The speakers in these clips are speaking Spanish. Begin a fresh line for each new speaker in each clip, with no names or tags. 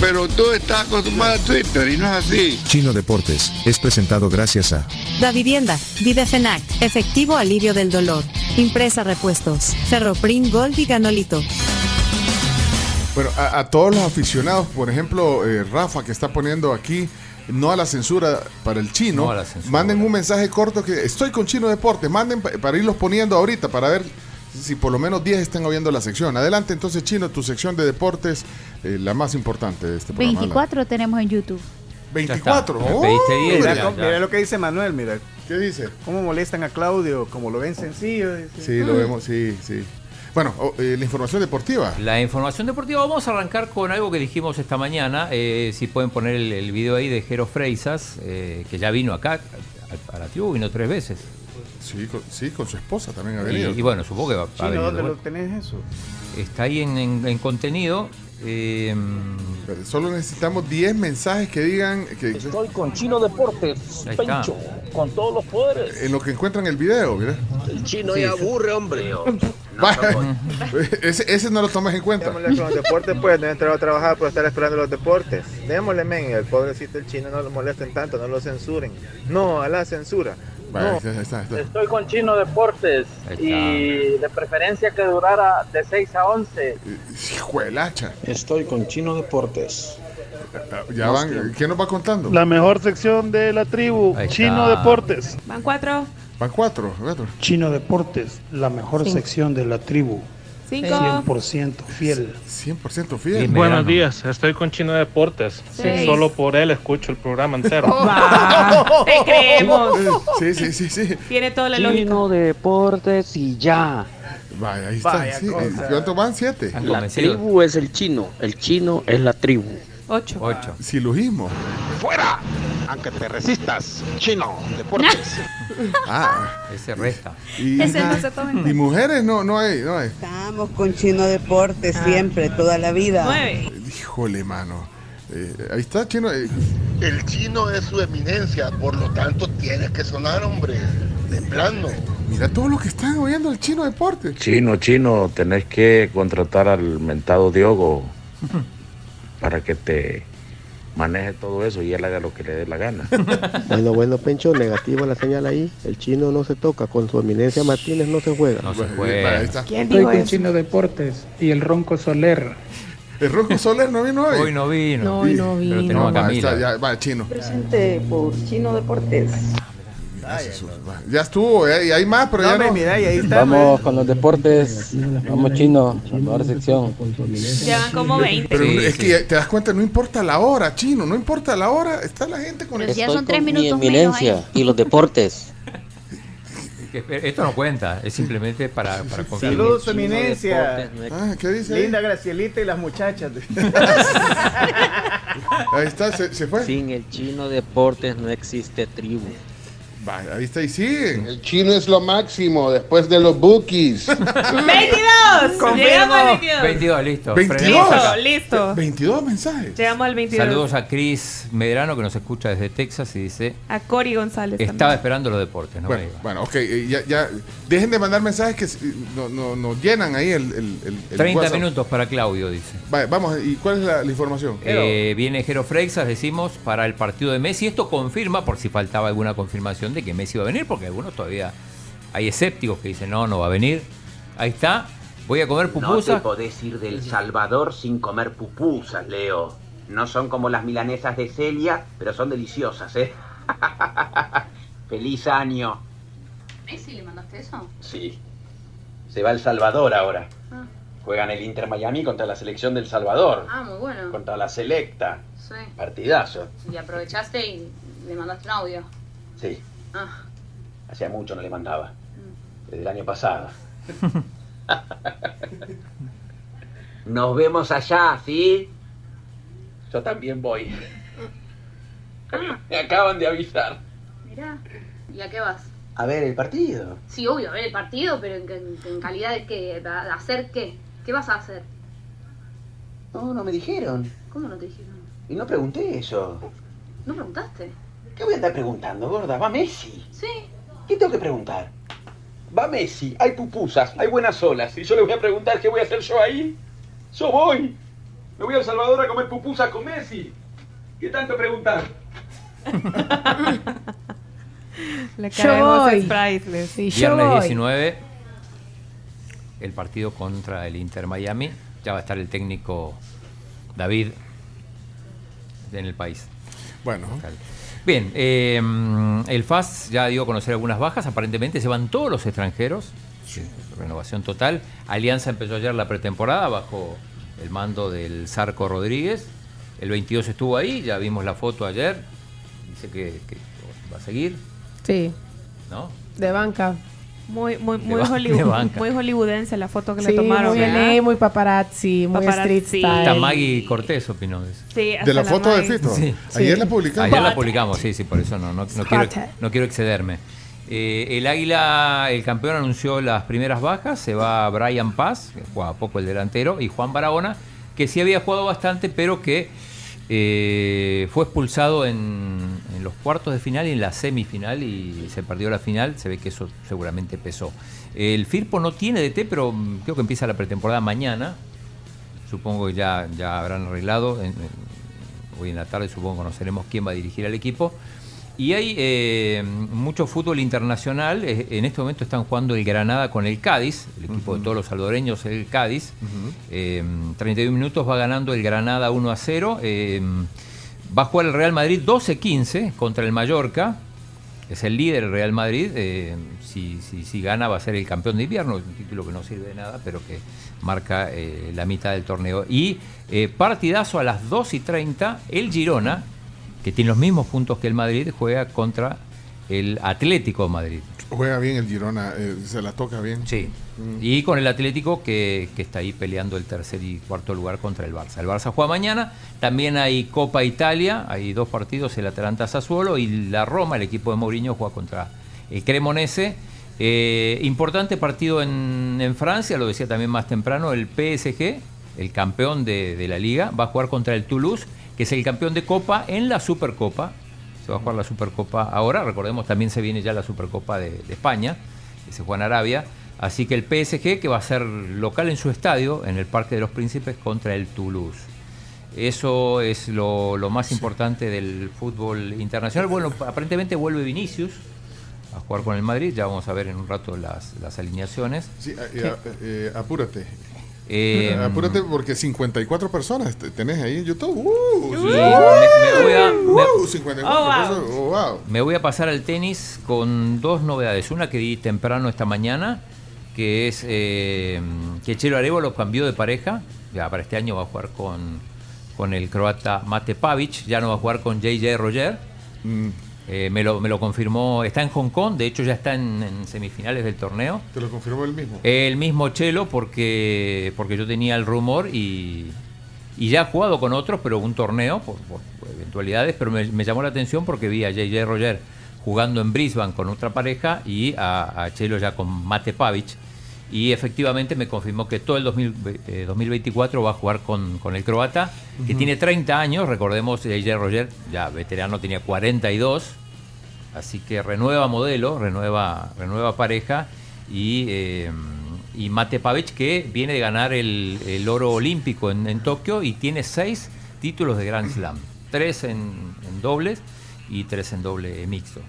Pero tú estás acostumbrado a Twitter y no es así.
Chino Deportes es presentado gracias a
Da Vivienda, Videfenac, Efectivo Alivio del Dolor, Impresa Repuestos, Ferroprim Gold y Ganolito.
Bueno, a, a todos los aficionados, por ejemplo, eh, Rafa que está poniendo aquí, no a la censura para el chino,
No a la censura.
manden un mensaje corto que estoy con Chino Deportes, manden pa- para irlos poniendo ahorita, para ver si por lo menos 10 están oyendo la sección. Adelante entonces, Chino, tu sección de deportes, eh, la más importante de este programa.
24 tenemos en YouTube.
Ya está.
24.
Me
¡Oh!
pediste diez,
Mira
ya,
cómo-
ya.
Mira lo que dice Manuel, mira,
¿Qué dice?
cómo molestan a Claudio, como lo ven sencillo. dice.
Sí, lo vemos, sí, sí. Bueno, oh, eh, la información deportiva.
La información deportiva, vamos a arrancar con algo que dijimos esta mañana. eh, si pueden poner el, el video ahí de Jero Freisas, eh, que ya vino acá a, a la tribu, vino tres veces.
Sí con, sí, con su esposa también ha
Y,
venido.
y bueno, supongo que va, va a
Chino,
venir de
¿dónde lo
vuelta.
tenés eso?
Está ahí en, en- en contenido. eh,
Pero Solo necesitamos 10 mensajes que digan que,
Estoy con Chino Deportes,
Ahí está.
Pencho, con todos los poderes.
en lo que encuentran el video, mira.
El chino ya aburre, hombre.
ese, ese no lo tomas en cuenta.
Démosle con los deportes, pues, no he entrado a trabajar por estar esperando los deportes. Démosle, men, el pobrecito el chino no lo molesten tanto, no lo censuren. No, a la censura.
Vale, ahí está, ahí está.
Estoy con Chino Deportes
Ahí está.
y de preferencia que durara de 6 a 11.
Hijo del hacha.
Estoy con Chino Deportes.
Ya van, ¿qué nos va contando?
mejor sección de la tribu,
Ahí Chino está. Deportes.
Van cuatro,
Van cuatro, cuatro.
Chino Deportes, la mejor sección de la tribu,
cinco,
100% fiel.
100% fiel.
Dime, Buenos días.
Estoy con Chino Deportes,
seis. Solo
por él escucho el programa entero.
Te creemos.
Eh, Sí, sí, sí, sí.
Tiene toda la lógica.
Deportes y ya.
Vaya, ahí está.
Vaya
sí.
cosa.
¿Cuánto van? Siete.
Han convencido.
es el chino, el chino es la tribu.
Ocho.
Ocho.
Silogismo.
¡Fuera! Aunque te resistas, Chino Deportes.
Ah,
Ese resta.
y,
Ese no se toma en cuenta.
y mujeres no, no hay, no hay.
Estamos con Chino Deportes siempre, toda la vida.
Ah. Nueve.
Híjole, mano. Eh, ahí está, chino. eh,
El chino es su eminencia, por lo tanto tienes que sonar, hombre. De plano.
mira todo lo que están oyendo el chino deporte.
Chino, chino, tenés que contratar al mentado Diogo para que te maneje todo eso y él haga lo que le dé la gana.
Bueno, bueno, Pencho, negativa la señal ahí. El chino no se toca, con su eminencia Martínez no se juega.
No se
Bueno, eh, vaya, ahí
puede.
está.
Estoy con Pues. Chino Deportes y el Ronco Soler.
El Rocco Soler no vino hoy.
Hoy no vino.
No, hoy no
Sí,
pero
vino.
tenemos a
va, ahí
Camila.
está, ya, va, chino.
Presente por Chino Deportes.
Ya estuvo, eh, y hay más, pero ya
No,
no.
men, mira, y ahí está. men.
con los deportes. Vamos, Chino, la mejor sección.
Ya van como 20.
Pero
Sí,
es
sí.
que te das cuenta, no importa la hora, chino, no importa la hora, está la gente con el...
ya son tres minutos menos ahí.
y los deportes.
Que- Esto no cuenta, es simplemente para, para confiar.
Saludos, su eminencia.
Pues,
Ah, ¿qué dice? ahí?
Linda Gracielita y las muchachas.
Ahí está, se, se fue.
Sin el Chino Deportes no existe tribu.
Va, ahí está, y siguen.
El chino es lo máximo, después de los bookies.
¡22! Llegamos al 22.
22, listo.
22.
Frenemos acá.
Listo, listo.
22 Este, mensajes.
Llegamos al 22.
Saludos a Cris Medrano que nos escucha desde Texas y dice,
A Cory González
estaba esperando los deportes, no me
Bueno,
digas.
bueno, ok, eh, ya, ya, dejen de mandar mensajes que eh, no- no- nos llenan ahí el, el, el- el
30
WhatsApp.
minutos para Claudio, dice.
Vaya, vamos, ¿y cuál es la, la información?
Eh, viene Jero Freixas, decimos, para el partido de Messi. Esto confirma, por si faltaba alguna confirmación de que Messi iba a venir, porque algunos todavía hay escépticos que dicen, no, no va a venir. Ahí está, voy a comer pupusas.
podés ir del Salvador sin comer pupusas, Leo. No son como las milanesas de Celia, pero son deliciosas, ¿eh? Feliz año.
¿Messi le mandaste eso?
Sí. Se va El Salvador ahora. Juegan el Inter Miami contra la selección del Salvador.
Ah, muy bueno.
Contra la selecta.
Sí.
Partidazo.
Y aprovechaste y le mandaste un audio.
Sí.
Ah.
Hacía mucho no le mandaba. Desde el año pasado. Nos vemos allá, ¿sí? Yo también voy. Me acaban de avisar.
Mirá. ¿Y a qué vas?
A ver el partido.
Sí, obvio, a ver el partido, pero en, en- en calidad de qué, de hacer qué. ¿Qué vas a hacer?
No, no me dijeron.
¿Cómo no te dijeron?
Y no pregunté eso.
¿No preguntaste?
¿Qué voy a andar preguntando, gorda? Va Messi.
Sí.
¿Qué tengo que preguntar? Va Messi, hay pupusas, hay buenas olas. Y yo le voy a preguntar qué voy a hacer yo ahí. Yo voy. Me voy a El Salvador a comer pupusas con Messi. ¿Qué tanto preguntar?
La
Yo
cara de vos
voy.
es priceless.
Viernes 19, el partido contra el Inter Miami. Ya va a estar el técnico David en el país.
Bueno.
Bien, eh, el FAS ya dio a conocer algunas bajas. Aparentemente se van todos los extranjeros. Renovación total. Alianza empezó ayer la pretemporada bajo el mando del Zarco Rodríguez. El 22 estuvo ahí, ya vimos la foto ayer. Dice que, que va a seguir,
Sí,
¿no?
de banca.
Muy, muy, muy,
ba- de
Hollywood,
banca.
muy hollywoodense la foto que
Sí,
le tomaron.
muy
¿verdad?
LA, muy paparazzi, muy
Paparazzi.
street style.
Hasta Maggie Cortés opinó de eso.
Sí, hasta
De la foto de
Maggie.
Fito. Ayer la publicamos.
Ayer la publicamos, sí, sí, por eso no, no, no quiero,
Spotted.
no quiero excederme. Eh, el Águila, el campeón, anunció las primeras bajas. Se va Brian Paz, que jugaba poco el delantero, y Juan Barahona, que sí había jugado bastante, pero que eh, fue expulsado en, en los cuartos de final y en la semifinal y se perdió la final. Se ve que eso seguramente pesó. El Firpo no tiene DT, pero mm, creo que empieza la pretemporada mañana. Supongo que ya, ya habrán arreglado. En- en- hoy en la tarde supongo que conoceremos quién va a dirigir al equipo. Y hay eh, mucho fútbol internacional. Eh, En este momento están jugando el Granada con el Cádiz, el equipo de todos los salvadoreños, el Cádiz. Eh, 31 minutos va ganando el Granada 1 a 0. Eh, va a jugar el Real Madrid 12-15 contra el Mallorca. Es el líder el Real Madrid. Eh, si, si- si gana va a ser el campeón de invierno, un título que no sirve de nada, pero que marca eh, la mitad del torneo. Y eh, partidazo a las 2 y 30, el Girona, que tiene los mismos puntos que el Madrid, juega contra el Atlético de Madrid.
Juega bien el Girona, eh, se la toca bien.
Sí. Y con el Atlético que, que está ahí peleando el tercer y cuarto lugar contra el Barça. El Barça juega mañana. También hay Copa Italia. Hay dos partidos, el Atalanta Sassuolo y la Roma, el equipo de Mourinho, juega contra el Cremonese. Eh, importante partido en, en Francia, lo decía también más temprano, el PSG, el campeón de, de la liga, va a jugar contra el Toulouse, que es el campeón de Copa en la Supercopa. Se va a jugar la Supercopa ahora. Recordemos, también se viene ya la Supercopa de, de España, que se juega en Arabia. Así que el PSG, que va a ser local en su estadio, en el Parque de los Príncipes, contra el Toulouse. Eso es lo, lo más importante del fútbol internacional. Bueno, aparentemente vuelve Vinicius a jugar con el Madrid. Ya vamos a ver en un rato las, las alineaciones.
Sí, a- eh, a- eh, apúrate.
Eh,
apúrate porque 54 personas te- tenés ahí en YouTube.
Sí,
¡Uh!
me- me voy a-
¡Uh!
me-
54 personas. ¡Oh, wow!
Me voy a pasar al tenis con dos novedades. Una que di temprano esta mañana, que es eh, que Chelo Arevalo cambió de pareja. Ya para este año va a jugar con, con el croata Mate Pavic. Ya no va a jugar con JJ Roger. Eh, me, lo, me lo confirmó. Está en Hong Kong. De hecho, ya está en, en semifinales del torneo.
Te lo confirmó él mismo.
El mismo Chelo porque, porque yo tenía el rumor y, y ya ha jugado con otros, pero un torneo por, por eventualidades, pero me, me llamó la atención porque vi a JJ Roger jugando en Brisbane con otra pareja y a, a Chelo ya con Mate Pavic. Y efectivamente me confirmó que todo el 2000 ve- eh, 2024 va a jugar con, con el croata, que
Ujú.
tiene 30 años, recordemos, JJ Roger ya veterano tenía 42. Así que renueva modelo, renueva, renueva pareja y, eh, y Mate Pavic que viene de ganar el, el oro olímpico en, en Tokio y tiene seis títulos de Grand Slam, tres en, en dobles y tres en doble mixto.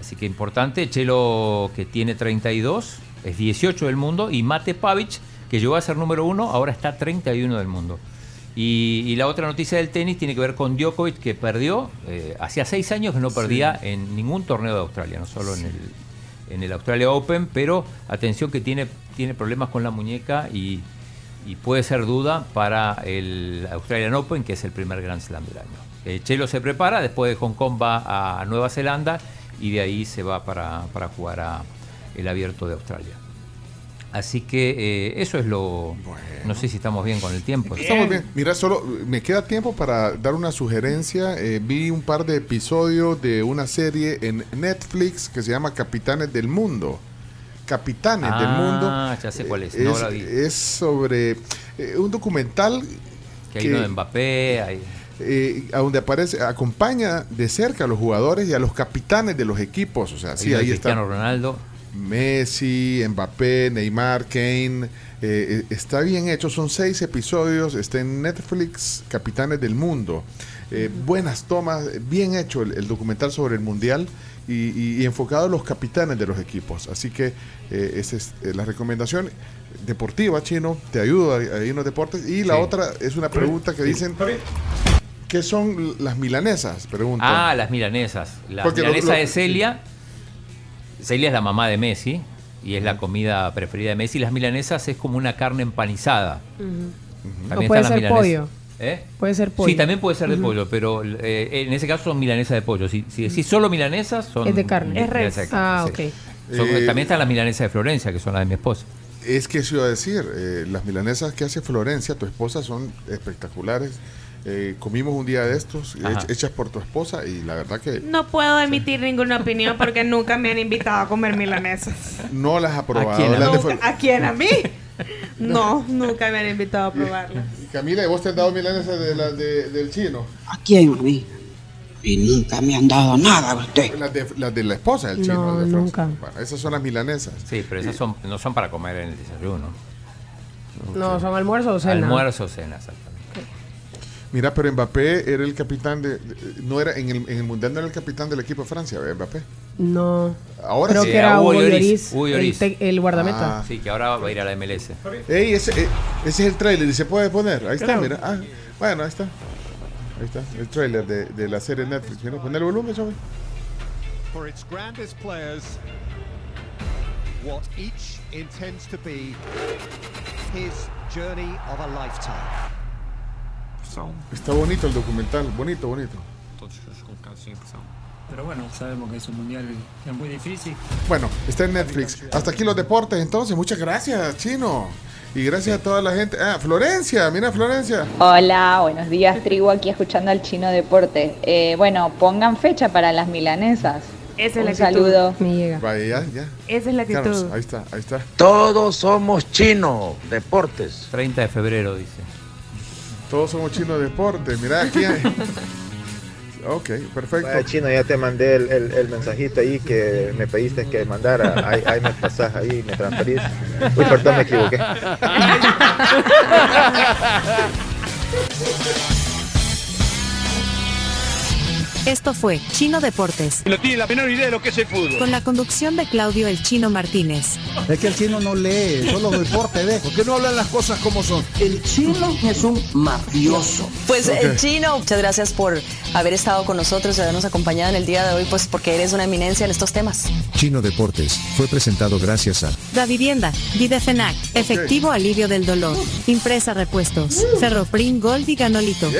Así que importante, Chelo que tiene 32, es 18 del mundo y Mate Pavic que llegó a ser número uno, ahora está 31 del mundo. Y, y la otra noticia del tenis tiene que ver con Djokovic, que perdió. eh, hacía seis años que no perdía en ningún torneo de Australia, no solo en, el, en el Australia Open, pero atención que tiene, tiene problemas con la muñeca y, y puede ser duda para el Australian Open, que es el primer Grand Slam del año. Eh, Chelo se prepara, después de Hong Kong va a Nueva Zelanda y de ahí se va para, para jugar a el Abierto de Australia. Así que eh, eso es lo. No sé si estamos bien con el tiempo.
Pues Estamos bien. Mira, solo eh, me queda tiempo para dar una sugerencia. Eh, vi un par de episodios de una serie en Netflix que se llama Capitanes del Mundo. Capitanes del Mundo.
Ah, ya sé cuál es.
Es,
No la vi.
es sobre eh, un documental
Que hay uno de Mbappé. Hay...
eh, a donde aparece, acompaña de cerca a los jugadores y a los capitanes de los equipos. O sea, sí,
uno de
ahí está.
Cristiano Ronaldo.
Messi, Mbappé, Neymar, Kane. eh, eh, está bien hecho, son seis episodios, está en Netflix, Capitanes del Mundo. Eh, buenas tomas, bien hecho el, el documental sobre el Mundial y, y- y enfocado a los capitanes de los equipos. Así que eh, esa es eh, la recomendación deportiva, chino, te ayudo ahí ahí en los deportes. Y la
Sí.
otra es una pregunta que dicen, ¿qué son las milanesas? Pregunta.
Ah, las milanesas. La
Porque lo-
milanesa
lo-
de Celia. Celia es la mamá de Messi y es la comida preferida de Messi. Las milanesas es como una carne empanizada.
O
También
puede
están
ser
las milanesas.
pollo.
¿Eh?
Puede ser pollo.
Sí, también puede ser de
Ujú.
pollo, pero eh, en ese caso son milanesas de pollo. Si, si decís solo milanesas, son.
Es de carne.
milanesas de carne,
Ah,
sí.
ok.
Son-
Eh,
también están las milanesas de Florencia, que son las de mi esposa.
Es que eso iba a decir, eh, las milanesas que hace Florencia, tu esposa, son espectaculares. Eh, comimos un día de estos, hech-
Ajá.
hechas por tu esposa, y la verdad que
No puedo emitir ninguna opinión porque nunca me han invitado a comer milanesas.
no las ha probado.
quién, a
las de
Nunca-
Flor-
¿A quién? ¿A mí? No, nunca me han invitado a probarlas.
Camila, ¿y vos te has dado milanesas de la- de- del chino?
¿A quién a mí? Y nunca me han dado nada a usted.
Las de, las de la esposa del chino. de Florencia. Bueno, esas son las milanesas.
Sí, pero esas son, no son para comer en el desayuno.
No, son almuerzo o cena.
Almuerzo o cena, exactamente.
Mira, pero Mbappé era el capitán de... de- no era, en el, en el Mundial no era el capitán del equipo de Francia, ¿verdad, Mbappé?
No.
Ahora
Creo
sí.
que era Hugo
Hugo Lloris,
Lloris,
Hugo
el,
Lloris.
te- el guardameta.
Ah.
Sí, que ahora va a ir a la MLS.
Ey, ese, eh, ese es el tráiler y se puede poner. Ahí está,
Claro.
mira. Ah, bueno, ahí está. Ahí está, el tráiler de, de la serie Netflix. Mira, pon el volumen, chavo.
for its grandest players what each intends to be his journey of a lifetime.
Está bonito el documental, bonito, bonito.
Pero bueno, sabemos que es un mundial que es muy difícil.
Bueno, está en Netflix. Hasta aquí los deportes, entonces. Muchas gracias, Chino. Y gracias a toda la gente. Ah, Florencia, mira Florencia.
Hola, buenos días, tribu, aquí escuchando al Chino Deporte. Eh, bueno, pongan fecha para las milanesas.
Esa es
Un
la actitud.
saludo.
Vaya, ya, ya.
Esa es la actitud.
Carlos, ahí está, ahí está.
Todos somos chinos, deportes.
30 de febrero, dice.
Todos somos chinos de deporte. Mira, aquí hay- Ok, perfecto.
Vaya, chino, ya te mandé el, el- el mensajito ahí que me pediste que mandara. Ahí, ahí me pasás, ahí me transferís. Uy, perdón, me equivoqué.
Esto fue Chino Deportes,
No tiene la menor idea de lo que es el fútbol.
con la conducción de Claudio El Chino Martínez.
Es que el chino no lee, solo deporte ve. ¿Por qué no hablan las cosas como son? El chino es un mafioso.
Pues
Ok.
eh, Chino, muchas gracias por haber estado con nosotros y habernos acompañado en el día de hoy, pues porque eres una eminencia en estos temas.
Chino Deportes fue presentado gracias a
Da Vivienda, Videfenac, efectivo alivio del dolor, impresa repuestos, Ferroprim Gold y Ganolito.